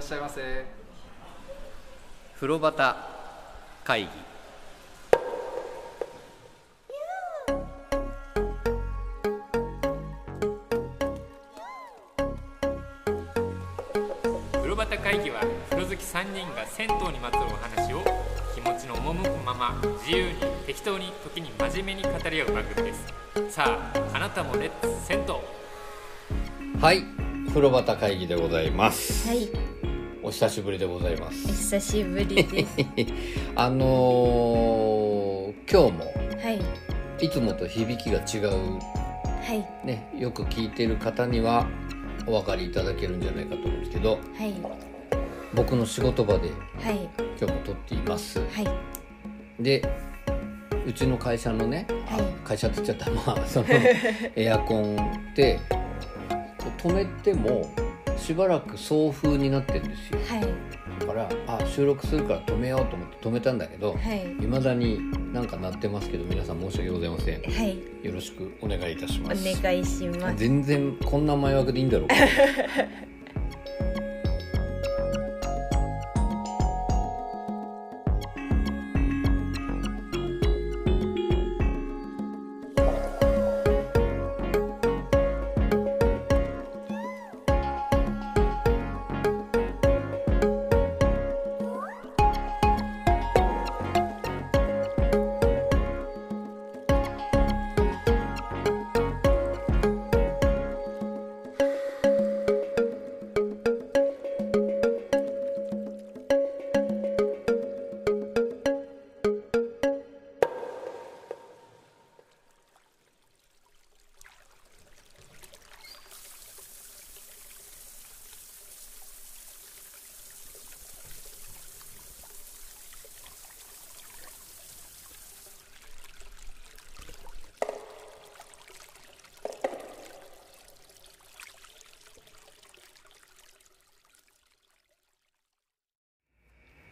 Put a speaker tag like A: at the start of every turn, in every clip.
A: しゃいませ
B: 風呂端会議
C: 風呂端会議は風呂好き3人が銭湯にまつわるお話を気持ちの赴くまま自由に適当に時に真面目に語り合う番組ですさああなたもレッツ銭湯
B: はい風呂端会議でございます
D: はい、
B: お久しぶりでございます
D: お久しぶりです。
B: あのー今日も
D: はい、
B: いつもと響きが違う
D: はい、
B: ねよく聞いてる方にはお分かりいただけるんじゃないかと思うんですけど
D: はい、
B: 僕の仕事場で
D: はい、
B: 今日も撮っています
D: はい、
B: でうちの会社のね、あ
D: はい
B: 会社って言っちゃったまあそ のエアコンって止めてもしばらく送風になってるんですよ
D: はい、
B: だからあ収録するから止めようと思って止めたんだけど
D: はい、
B: いまだになんか鳴ってますけど皆さん申し訳ございませんよ
D: はい、
B: ろしくお願いいたし
D: お
B: ます
D: 願いします。
B: 全然こんな迷惑でいいんだろ うか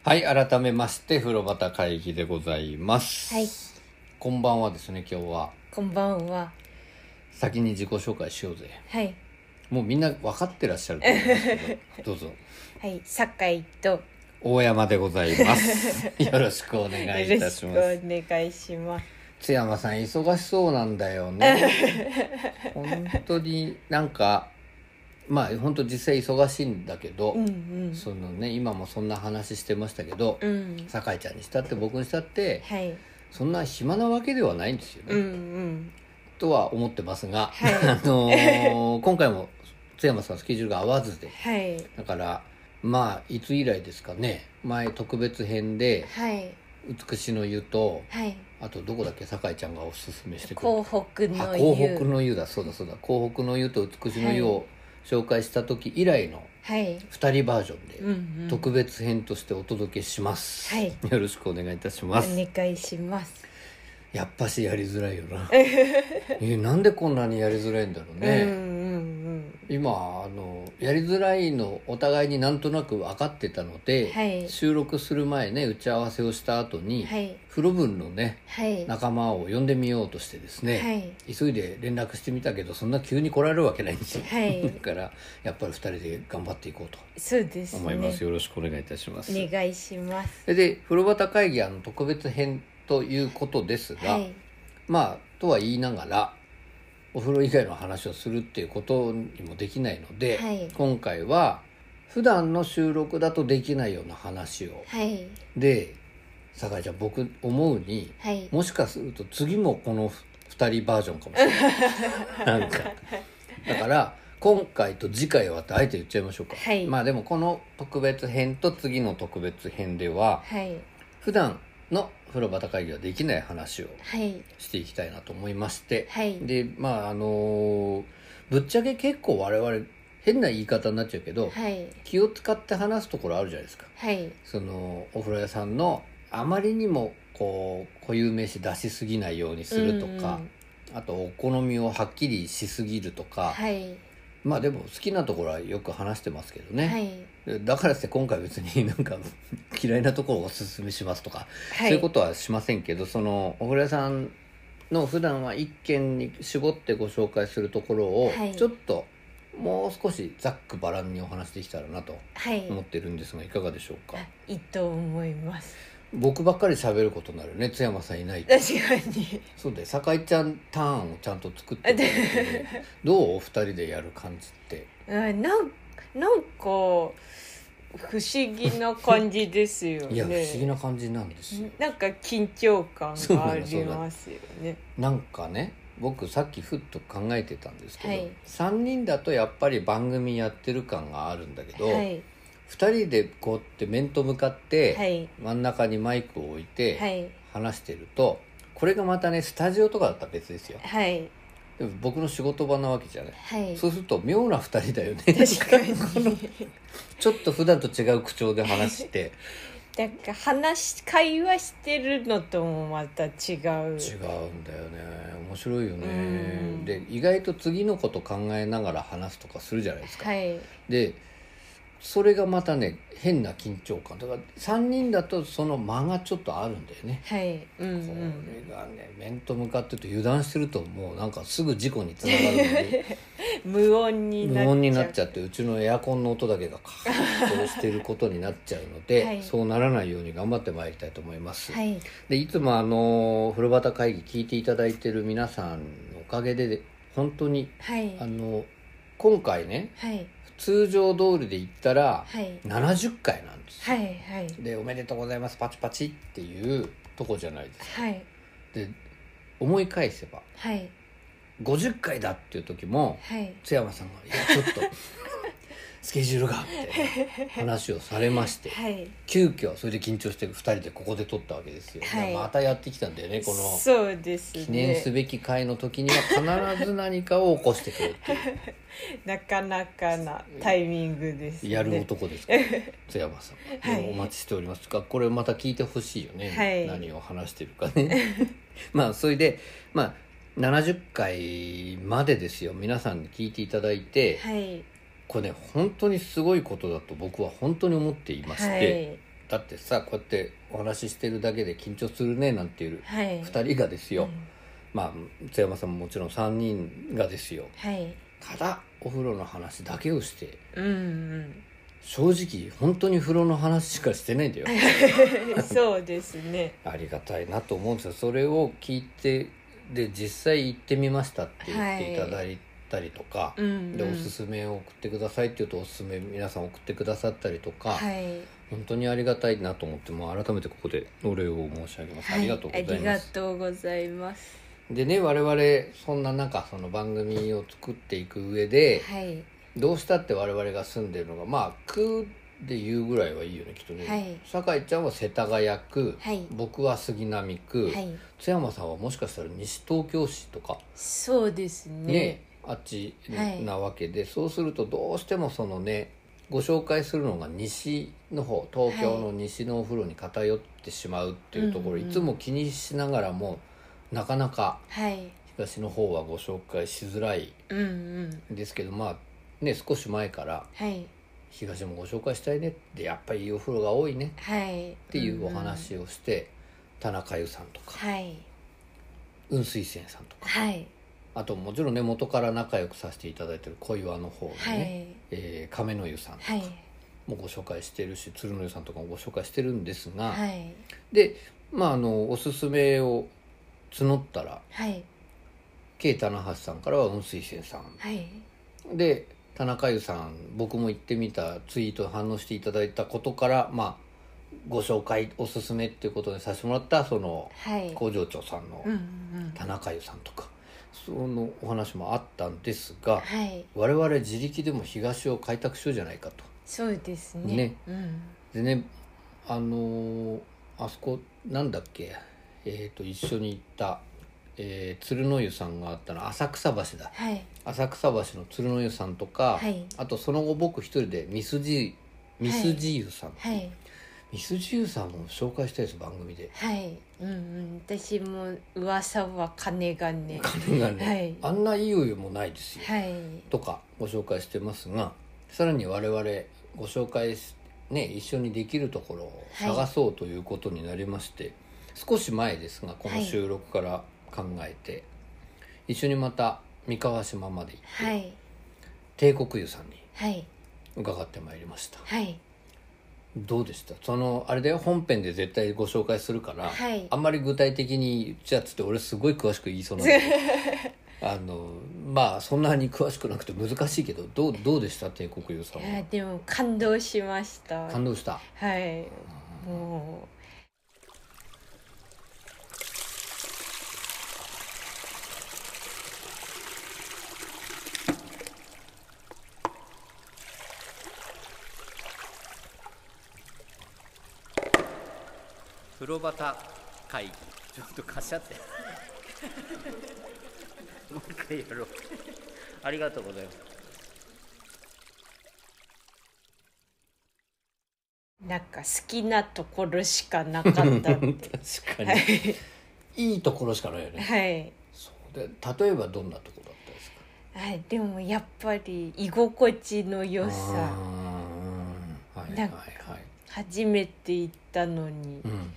B: はい改めまして風呂端会議でございます、
D: はい、
B: こんばんはですね今日は
D: こんばんは。
B: 先に自己紹介しようぜ
D: はい、
B: もうみんな分かってらっしゃると思うんですけど どうぞ
D: はい、酒井とよ
B: 大山でございますよろしくお願いい
D: ろ
B: た
D: し
B: し
D: くお
B: ます
D: 願いします。
B: 津山さん忙しそうなんだよ ね本当になんかまあ本当実際忙しいんだけど、
D: うんうん、
B: そのね今もそんな話してましたけど、
D: うん、
B: 酒井ちゃんにしたって僕にしたって
D: はい、
B: そんな暇なわけではないんですよね、
D: うんうん、
B: とは思ってますが、
D: はい
B: あのー今回も津山さんスケジュールが合わずで
D: はい、
B: だからまあいつ以来ですかね前特別編で
D: はい、
B: 美しの湯と
D: はい、
B: あとどこだっけ酒井ちゃんがおすすめしてくれた
D: 広北
B: あ
D: の
B: 港北
D: 湯。
B: の湯だそうだそうだ港北の湯と美しの湯を紹介した時以来の
D: はい、
B: 2人バージョンで、
D: うんうん、
B: 特別編としてお届けします、
D: はい
B: よろしくお願いいたします、
D: お願いします。
B: やっぱしやりづらいよなえなんでこんなにやりづらいんだろう
D: うん
B: ね、
D: うん
B: 今あのやりづらいのお互いになんとなく分かってたので、
D: はい
B: 収録する前ね打ち合わせをした後
D: う
B: に、
D: ん、はい、
B: 風呂分のね
D: はい、
B: 仲間を呼んでみようとしてですね、
D: はい、
B: 急いで連絡してみたけどそんな急に来られるわけないんですよ、
D: は い
B: だからやっぱり2人で頑張っていこうと
D: そうです
B: 思います、
D: ね。
B: よろしくお願いいたします
D: お願いします。
B: それで風呂端会議あの特別編ということですが、
D: はい、
B: まあとは言いながらお風呂以外の話をするっていうことにもできないので、
D: はい
B: 今回は普段の収録だとできないような話を
D: はい、
B: で酒井ちゃん僕思うに
D: はい。
B: もしかすると次もこの2人バージョンかもしれ ないなんかだから今回と次回はってあえて言っちゃいましょうか、
D: はい
B: まあでもこの特別編と次の特別編では
D: はい、
B: 普段の風呂端会議はできない話を
D: はい、
B: していきたいなと思いまして、
D: はい、
B: でまああのーぶっちゃけ結構我々変な言い方になっちゃうけど、
D: はい、
B: 気を使って話すところあるじゃないですか
D: はい、
B: そのお風呂屋さんのあまりにもこう固有名詞出しすぎないようにするとか、
D: うん
B: あとお好みをはっきりしすぎるとか、
D: はい、
B: まあでも好きなところはよく話してますけどね、
D: はい、
B: だからって今回別になんか 嫌いなところをおすすめしますとか
D: は
B: そういう
D: い
B: こ、とはしませんけどその小倉屋さんの普段は一軒に絞ってご紹介するところを
D: はい
B: ちょっともう少しざっくばらんにお話できたらなと
D: はい、
B: 思ってるんですがいかがでしょうか
D: いいと思います
B: 僕ばっかり喋ることになるよね津山さんいないと
D: 確かに
B: そうで酒井ちゃんターンをちゃんと作ってくれてどうお二人でやる感じって
D: うんなんなんか不思議な感じですよね
B: いや不思議な感じなんですよ
D: なんか緊張感がありますよね
B: なんかね僕さっきふっと考えてたんですけど、
D: はい
B: 3人だとやっぱり番組やってる感があるんだけど、
D: はい
B: 2人でこうやって面と向かって、
D: はい
B: 真ん中にマイクを置い
D: は
B: て
D: い
B: 話してると、これがまたねスタジオとかだったら別ですよ
D: はい
B: でも僕の仕事場なわけじゃない
D: はい
B: そうすると妙な2人だよね
D: 確かに
B: ちょっと普段と違う口調で話して
D: なんか話し会話してるのともまた違う
B: 違うんだよね面白いよ
D: う
B: ね
D: ん
B: で意外と次のこと考えながら話すとかするじゃないですか、
D: はい
B: でそれがまたね変な緊張感だから3人だとその間がちょっとあるんだよね
D: はいうんう
B: こ
D: ん
B: れがね面と向かってると油断してるともうなんかすぐ事故につながるので
D: 無音 になっちゃ
B: 無
D: う
B: 音になっちゃってうちのエアコンの音だけがカーッとしてることになっちゃうので、
D: はい
B: そうならないように頑張ってまいりたいと思います、
D: はい
B: でいつもあの風呂旗会議聞いていただいてる皆さんのおかげで本当に
D: はい
B: あの今回ね
D: はい
B: 通常通りで言ったら
D: はい
B: 70回なんです、
D: はいはい
B: で「おめでとうございますパチパチ」っていうとこじゃないです
D: はい
B: で思い返せば
D: はい
B: 50回だっていう時も
D: はい
B: 津山さんが「いやちょっと スケジュールが」って話をされまして
D: はい
B: 急遽それで緊張して2人でここで撮ったわけですよ、
D: はい
B: またやってきたんだよねこの
D: そうですね
B: 記念すべき回の時には必ず何かを起こしてくれっていう
D: なかなかなタイミングですね
B: やる男ですから、津山さんは、
D: はい
B: お待ちしておりますがこれまた聞いてほしいよね、
D: はい
B: 何を話してるかねまあそれでまあ70回までですよ皆さんに聞いていただいて、
D: はい
B: これね本当にすごいことだと僕は本当に思っていまして、
D: はい
B: だってさこうやってお話ししてるだけで緊張するねなんていう
D: はい
B: 2人がですよ、
D: うん
B: まあ津山さんももちろん3人がですよ
D: はい
B: ただお風呂の話だけをして
D: うん
B: 正直本当に風呂の話しかしてないんだよ
D: うんそうですね
B: ありがたいなと思うんですよそれを聞いてで実際行ってみましたって言っていただいたりとか、
D: うんうん
B: でおすすめを送ってくださいって言うとおすすめ皆さん送ってくださったりとか、
D: はい
B: 本当にありがたいなと思ってもう改めてここでお礼を申し上げます、
D: はい
B: ありがとうござい
D: あ
B: ま
D: りが
B: す
D: とうございます
B: でね我々そんな中その番組を作っていく上で、
D: はい
B: どうしたって我々が住んでるのがまあ区で言うぐらいはいいよねきっとね、
D: はい
B: 酒井ちゃんは世田谷区、
D: はい
B: 僕は杉並区、
D: はい
B: 津山さんはもしかしたら西東京市とか
D: そうです
B: ね
D: ね
B: あっち
D: はい
B: なわけで、そうするとどうしてもそのねご紹介するのが西の方東京の西のお風呂に偏ってしまうっていうところ、
D: うんうん
B: いつも気にしながらもなかなか
D: はい
B: 東の方はご紹介しづらい
D: うんうん
B: んですけどまあね少し前から
D: はい
B: 東もご紹介したいねでやっぱりいいお風呂が多いね
D: はいっ
B: っていうお話をして、田中湯さんとか
D: はい
B: 雲水泉さんとか
D: はい
B: あともちろんね元から仲良くさせていただいてる小岩の方でね、
D: はい
B: えー亀の湯さん
D: はい
B: もご紹介してるし鶴の湯さんとかもご紹介してるんですが、
D: はい
B: でまああのおすすめを募ったら
D: はい
B: K 棚橋さんからは雲水泉さん
D: はい
B: で田中優さん僕も行ってみたツイート反応していただいたことからまあご紹介おすすめっていうことでさせてもらったその
D: はい
B: 工場長さんの
D: うんうん
B: 田中優さんとかそのお話もあったんですが
D: はい
B: 我々自力でも東を開拓しようじゃないかと。
D: そうですね
B: ね
D: うん
B: でねあのーあそこなんだっけえっ、と一緒に行った、えー鶴の湯さんがあったの浅草橋だ
D: はい
B: 浅草橋の鶴の湯さんとか、
D: はい
B: あとその後僕一人でミスジミスジユさん、
D: はい
B: ミスジユさんを紹介したいです番組で
D: はいうんうん私も噂は金がね
B: 金がね、
D: はい
B: あんないいお湯もないですよ、
D: はい
B: とかご紹介してますがさらに我々ご紹介しね一緒にできるところを探そうということになりまして、少し前ですがこの収録から考えて、一緒にまた三河島まで行って、
D: はい
B: 帝国湯さんに
A: はい
B: 伺ってまいりました
A: はい
B: どうでしたそのあれだよ本編で絶対ご紹介するから、
A: はい
B: あんまり具体的に言っちゃっつって俺すごい詳しく言いそうなんだけ どあのまあそんなに詳しくなくて難しいけどどうどうでした帝国湯さん
D: いや
B: は
D: でも感動しました
B: 感動した
D: はいも
E: 風呂端会議ちょっとかしゃって もう一回やろうありがとうございます
D: うなんか好きなところしかなか ったって
B: 確か
D: は
B: に
D: い
B: いいところしかないよね
D: はい
B: そうで例えばどんなところだったんですか
D: はいでもやっぱり居心地の良さ
B: あーはいは
D: ないんか
B: はい
D: 初めて行ったのに、
B: うん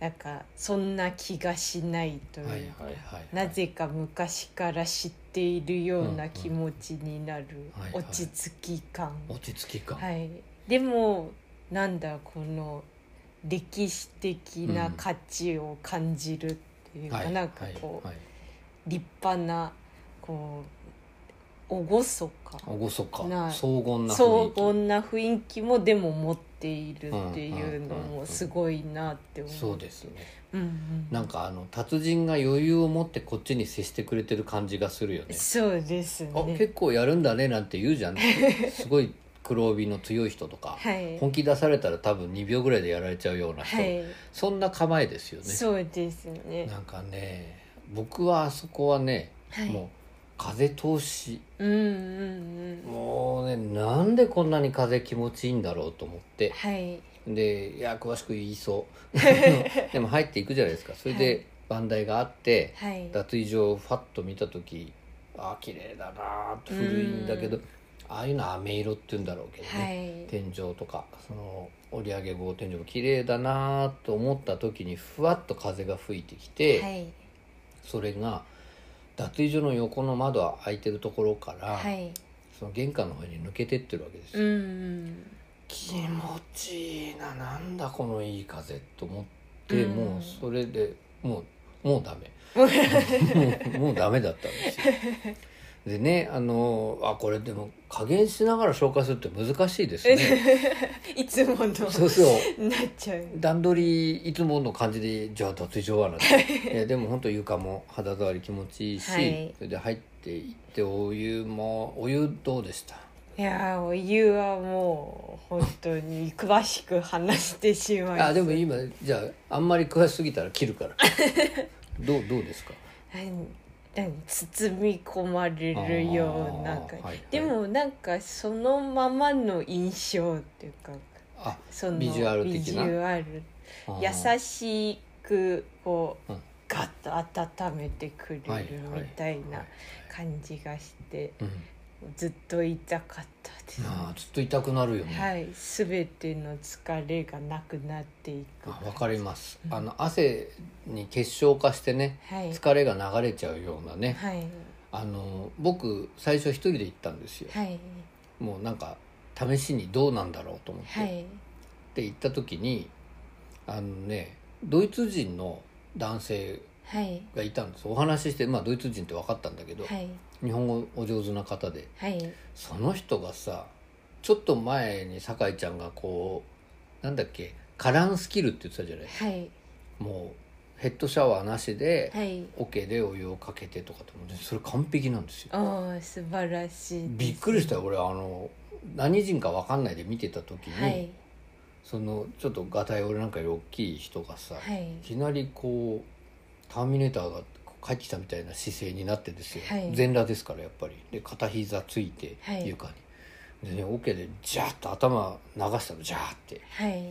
D: なんかそんな気がしないという、
B: はいはいはいはい
D: なぜか昔から知っているような気持ちになる
B: うんはいはい
D: 落ち着き感、
B: 落ち着き感、
D: はい、でもなんだこの歴史的な価値を感じるっていうか、
B: はい
D: なんかこう、
B: はいはい
D: 立派なこう厳か
B: 厳か
D: な
B: 荘厳な雰
D: 荘
B: 囲気
D: 厳な雰囲気もでも持っているっていうの
B: うんうんうんう
D: も
B: ん
D: すごいなって思って
B: そうですね
D: うんうん
B: なんかあの達人が余裕を持ってこっちに接してくれてる感じがするよね
D: そうです
B: あ
D: ね
B: 結構やるんだねなんて言うじ ゃんすごい黒帯の強い人とか、
D: はい
B: 本気出されたら多分2秒ぐらいでやられちゃうような人、
D: はい
B: そんな構えですよね
D: そうですね
B: なんかね僕はあそこはね、
A: はい
B: もう風通し
D: うんうんうん
B: もうねなんでこんなに風気持ちいいんだろうと思って
D: はい
B: でいや詳しく言いそう でも入っていくじゃないですかそれ
D: は
B: で番台があって、
D: はい
B: 脱衣所をファッと見た時あー綺麗だなー古いんだけど、ああいうのは飴色って言うんだろうけど
D: は
B: ね、
D: い
B: 天井とかその織り上げ棒天井も綺麗だなーと思った時にふわっと風が吹いてきて、
A: はい
B: それが脱衣所の横の窓は開いてるところから、
A: はい
B: その玄関の方に抜けてってるわけですよ
D: うんうん
B: 気持ちいいななんだこのいい風と思って、
D: うん
B: もうそれでもうもうダメもうもうダメだったんですよでねあのあこれでも加減しながら消化するって難しいですね
D: いつもの
B: そうそう
D: なっちゃう
B: 段取りいつもの感じでじゃあ脱衣所はなんていやでも本当床も肌触り気持ちいいし、
A: はい
B: それで入っていってお湯もお湯どうでした
D: いやーお湯はもう本当に詳しく話してしまい
B: あでも今じゃああんまり詳しすぎたら切る からどうどうですか
D: はいなん包み込まれるような
B: あー
D: 感じ
B: はいはい
D: でもなんかそのままの印象っていうか
B: あ
D: その
B: ビジュアル的な
D: ビジュアル
B: あー
D: 優しくこう、
B: うん
D: ガッと温めてくれる
B: はいはい
D: みたい
B: は
D: ない感じがして
B: うん、
D: ずっと痛かったです。
B: あーずっと痛くなるよね、
D: はい、すべての疲れがなくなっていく。
B: あわかります、あの汗に結晶化してね
D: はい、
B: 疲れが流れちゃうようなね、
D: はい、
B: あの僕最初一人で行ったんですよ、
A: はい
B: もうなんか試しにどうなんだろうと思って、
A: はい
B: で行った時にあのねドイツ人の男性
A: はい
B: がいたんですお話しして、まあ、ドイツ人って分かったんだけど、
A: はい
B: 日本語お上手な方で
A: はい
B: その人がさちょっと前に酒井ちゃんがこうなんだっけカランスキルって言ってたじゃない
A: はい
B: もうヘッドシャワーなしで
A: はい
B: 桶、でお湯をかけてとかってもうそれ完璧なんですよ
D: ああ、素晴らしいです。
B: びっくりしたよ俺あの何人か分かんないで見てた時に、
A: はい
B: そのちょっとがたい俺なんかより大きい人がさ、
A: はい
B: いきなりこうターミネーターが帰ってきたみたいな姿勢になってですよ、
A: はい
B: 全裸ですからやっぱりで片膝ついて
A: はい
B: 床に、でねオケでジャーッと頭流したのジャーって
A: はい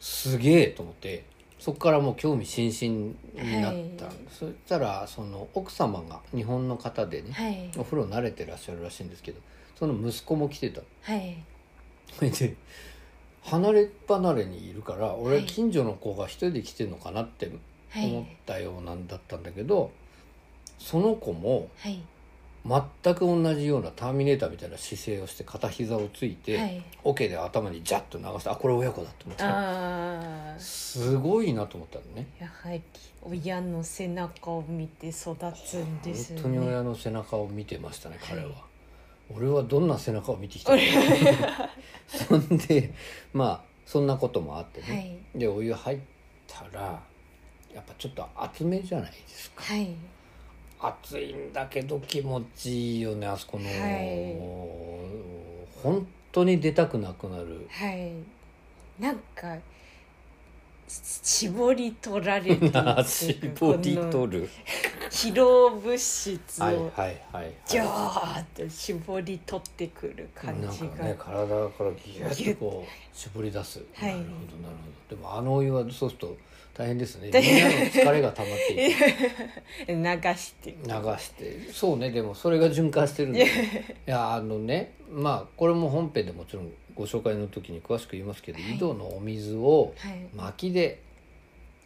B: すげえと思ってそこからもう興味津々になった、
A: はい
B: そしたらその奥様が日本の方でね、
A: はい
B: お風呂慣れてらっしゃるらしいんですけどその息子も来てた
A: はい
B: それで離れ離れにいるから
A: は
B: 俺
A: い
B: 近所の子が一人で来てるのかなって
A: は
B: 思っ
A: い
B: たようなんだったんだけど、その子も
A: はい
B: 全く同じようなターミネーターみたいな姿勢をして片膝をつい
D: は
B: て
D: い
B: 桶、で頭にジャッと流してあこれ親子だと思った
D: ああ
B: すごいなと思ったのね
D: やはり親の背中を見て育つんですね
B: 本当に親の背中を見てましたね彼は、俺はどんな背中を見てきたの そんでまあそんなこともあってね、でお湯入ったらやっぱちょっと厚めじゃないですか
D: はい
B: 暑いんだけど気持ちいいよねあそこの、
D: はい
B: 本当に出たくなくなる
D: はいなんかし絞り取られてる
B: 絞り
D: この
B: 取る
D: 疲労物質
B: はい
D: を
B: はいはい
D: ジャ
B: は
D: ーって絞り取ってくる
B: い
D: 感
B: なん
D: じ
B: か
D: が、
B: ね体からギュッとこう絞り出す、
D: はい
B: なるほどなるほどでもあのお湯はそうすると大変ですねみんな
D: 大
B: の
D: 変
B: 疲れが溜まっていく
D: 流して
B: 流してそうねでもそれが循環してるんでい やあのねまあこれも本編でもちろんご紹介の時に詳しく言いますけど、
D: はい
B: 井戸のお水を
D: はい
B: 薪で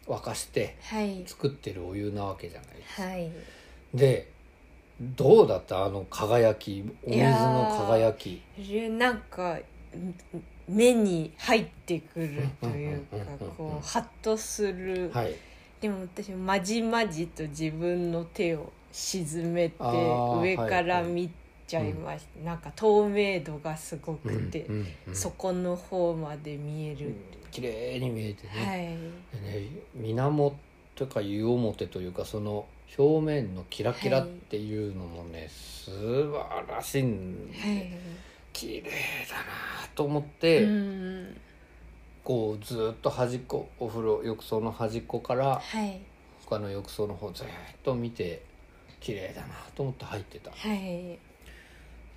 B: 沸かして
D: はい
B: 作ってるお湯なわけじゃない
D: はい
B: でどうだったあの輝きお水
D: いや
B: の
D: ー
B: 輝き
D: でなんかん目に入ってくる
B: う
D: というか
B: んうんうんうんうん
D: こうハッとする、
B: はい
D: でも私まじまじと自分の手を沈めて
B: あー
D: 上から
B: はいはい
D: 見ちゃいました、なんか透明度がすごくて、
B: うんうんうん
D: 底の方まで見える、
B: 綺麗に見えてね,、
D: はい
B: でね水とか湯表というかその表面のキラキラっていうのもね、素晴らしいんで
D: はい
B: 綺麗だなと思って、
D: うん
B: こうずっと端っこお風呂浴槽の端っこから
D: はい
B: 他の浴槽の方ずっと見て綺麗だなと思って入ってた
D: はい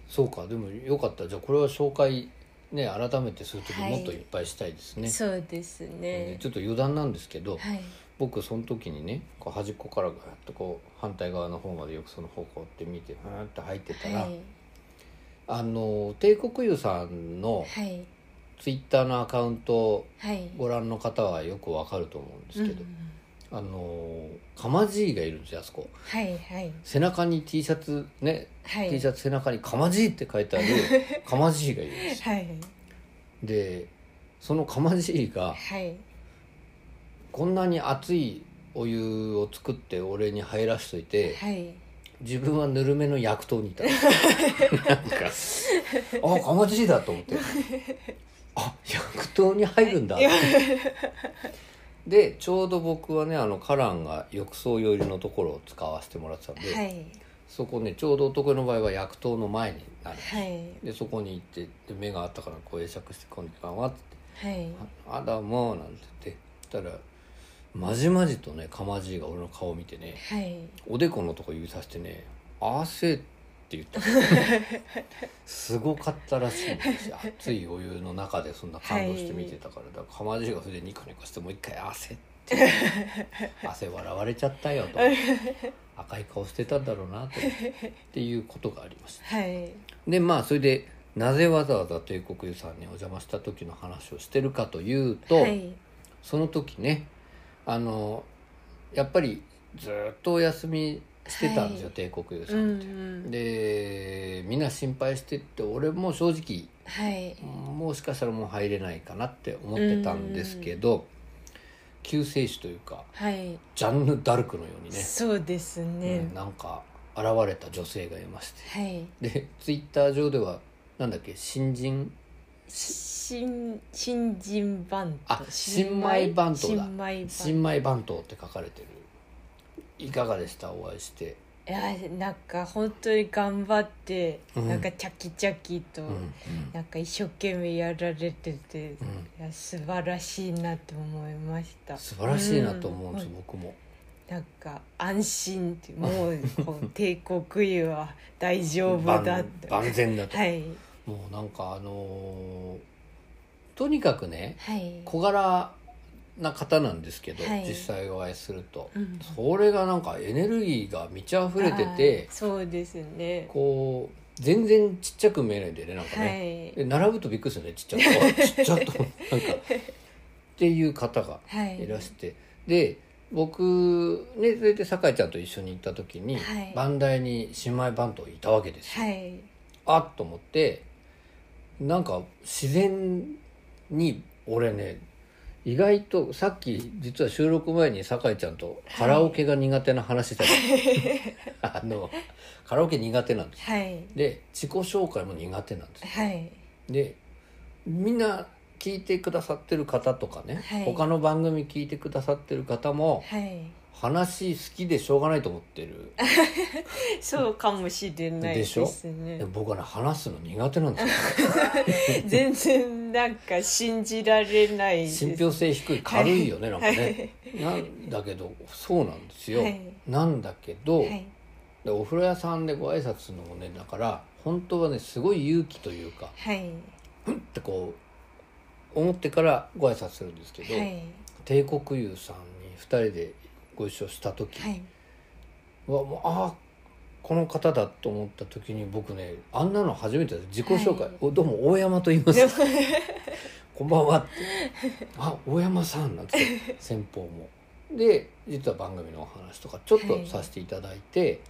B: そうかでもよかったじゃあこれは紹介ね改めてする時
D: はい
B: もっといっぱいしたいですね、
D: そうですね
B: ちょっと余談なんですけど、
D: はい
B: 僕その時にねこう端っこからガーッとこう反対側の方までよくその方向って見てふーんって入ってたら、
D: はい
B: あの帝国湯さんの
D: はい
B: ツイッターのアカウントを
D: はい
B: ご覧の方はよくわかると思うんですけど、
D: うん
B: あのカマジーがいるんですよあそこ
D: はいはい
B: 背中に T シャツね、
D: はい
B: T シャツ背中に「カマジー」って書いてある カマジーがいるんですよ
D: はい
B: でその釜じいが
D: はい
B: こんなに熱いお湯を作って俺に入らしといて
D: はい
B: 自分はぬるめの薬湯にいたなんかあ釜じいだと思 ってあ薬湯に入るんだってでちょうど僕はねあの花ンが浴槽寄りのところを使わせてもらってたんで、
D: はい
B: そこねちょうど男の場合は薬湯の前になる
D: はい
B: でそこに行ってで目があったからこう会釈して「こんにちは」っつって。
D: はい
B: ああだもうなんて言ってそしたらまじまじとねかまじいが俺の顔を見てね
D: はい
B: おでこのとこ指さしてね「汗」って言ったすごかったらしいんですよ熱いお湯の中でそんな感動して見てたから、だからかまじいがそれでニコニコしてもう一回「汗」って言って汗笑われちゃったよと赤い顔してたんだろうなとっていうことがありました
D: はい
B: でまあそれでなぜわざわざ帝国湯さんにお邪魔した時の話をしてるかというと、
D: はい
B: その時ねあのやっぱりずっとお休みしてたんですよ、
D: は
B: 帝国湯さ
D: う
B: ん
D: ん
B: って。
D: うん
B: でみんな心配してって俺も正直
D: はい
B: もしかしたらもう入れないかなって思ってたんですけど、救世主というか
D: はい
B: ジャンヌ・ダルクのようにね
D: そうですね
B: うんなんか現れた女性がいまして
D: はい
B: でツイッター上ではなんだっけ新人
D: 新新人番
B: あ新米番頭だ
D: 新米番
B: 新米番頭って書かれてるいかがでしたお会いして、
D: いやなんか本当に頑張って、
B: うん
D: なんかチャキチャキと、
B: うんうん
D: なんか一生懸命やられて
B: う
D: て、
B: ん
D: いや素晴らしいなって思いました
B: 素晴らしいなと思うんです、
D: ん
B: 僕も
D: なんか安心ってもう こう帝国湯は大丈夫だって
B: 万万全だと、
D: はい
B: もうなんかあのーとにかくね
D: はい
B: 小柄な方なんですけど、
D: はい
B: 実際お会いすると、
D: うん
B: それがなんかエネルギーが満ち溢れてて
D: あーそうですね
B: こう全然ちっちゃく見えないんだよねなんかね、
D: は
B: で
D: い
B: 並ぶとびっくりするねちっちゃく あちっちゃっとなんかっていう方が
D: はい
B: いらして、で僕ねそれで酒井ちゃんと一緒に行った時に、
D: はい
B: 番台に姉妹番頭いたわけですよ、
D: はい
B: あっと思ってなんか自然に俺ね意外とさっき実は収録前に酒井ちゃんとカラオケが苦手な話した のあのカラオケ苦手なんです
D: はい
B: で自己紹介も苦手なんです
D: はい
B: でみんな聞いてくださってる方とかね、
D: はい
B: 他の番組聞いてくださってる方も
D: はい
B: 話好きでしょうがないと思ってる
D: そうかもしれない
B: で
D: で
B: しょ
D: すね
B: で僕はね話すの苦手なんですよ
D: 全然なんか信じられないです
B: 信憑性低い軽いよね、なんか
D: はい
B: ね、なんだけどそうなんですよ、
D: はい
B: なんだけど、
D: はい
B: でお風呂屋さんでご挨拶するのもねだから本当はねすごい勇気というか
D: はい
B: ってこう思ってからご挨拶するんですけど、
D: はい
B: 帝国湯さんに2人でご一緒した時
D: はい
B: は、もうああこの方だと思った時に僕ねあんなの初めてです自己紹介、
D: はい
B: おどうも大山と言います」 こんばんは」って「あ大山さん」なんつって 先方も。で実は番組のお話とかちょっ
D: は
B: と
D: い
B: させていただいて、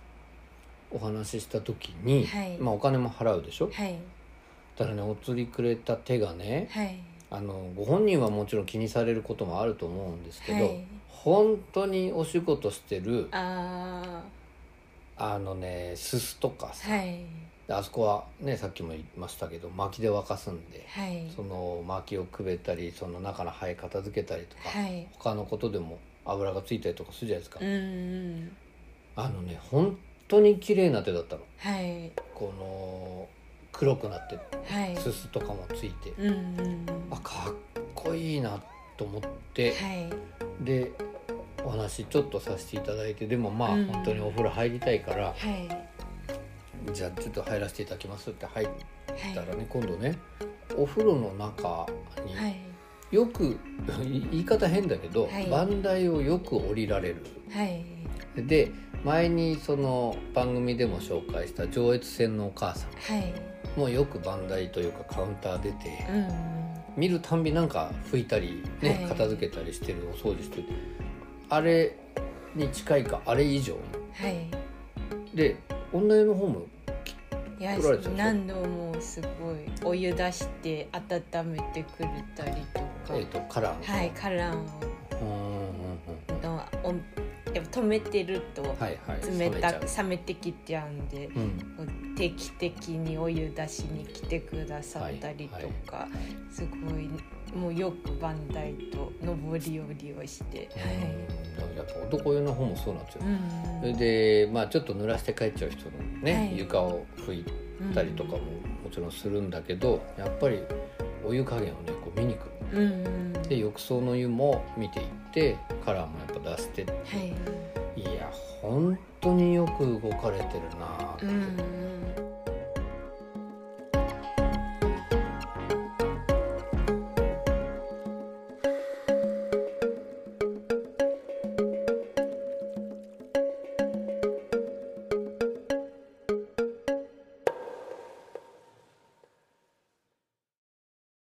B: お話しした時に、
D: はい
B: まあ、お金も払うでしょ
D: はい
B: ただねお釣りくれた手がね
D: はい
B: あのご本人はもちろん気にされることもあると思うんですけど、
D: はい
B: 本当にお仕事してる
D: あ
B: あのねすすとか
D: ー
B: さ、
D: はい
B: あそこはねさっきも言いましたけど薪で沸かすんで
D: はい
B: その薪をくべたりその中の灰片付けたりとか、
D: はい
B: 他のことでも油がついたりとかするじゃないですか、
D: うんうん
B: あのね本当に綺麗な手だったの
D: はい
B: この黒くなって
D: はい
B: すすとかもついて、
D: うんうん
B: あかっこいいなと思って、
D: はい
B: でお話ちょっとさせていただいてでもまあ、
D: うん
B: 本当にお風呂入りたいから
D: はい
B: じゃあちょっと入らせていただきますって入っ
D: はい
B: たらね今度ねお風呂の中に
D: はい
B: よく 言い方変だけど、
D: はい
B: 番台をよく降りられる
D: はい
B: で前にその番組でも紹介した上越線のお母さ
D: はい
B: んもよく番台というかカウンター出て、
D: うんうん
B: 見るたんびなんか拭いたり、ね
D: はい
B: 片付けたりしてるお掃除してるあれに近いかあれ以上
D: はい
B: で女湯の方も
D: いや
B: 取られちゃうでしょ
D: 何度もすごいお湯出して温めてくれたりとか、
B: えっとカラーの
D: はいカラン
B: うんうんうん
D: をおやっぱ止めてると
B: はいはい冷め
D: 冷たく
B: ちゃ
D: 冷めてきちゃうんで
B: ううん
D: こう定期的にお湯出しに来てくださったりとか、すごいもうよく番台と上り下りをして、はい
B: うんやっぱ男湯の方もそうなんですよ
D: う、ん
B: それでまあちょっと濡らして帰っちゃう人のね、
D: はい
B: 床を拭いたりとかももちろんするんだけどやっぱりお湯加減をねこう見に来る
D: うんうん
B: で浴槽の湯も見ていってカラーもやっぱ出してって、
D: はい
B: いや本当によく動かれてるなぁ
D: うん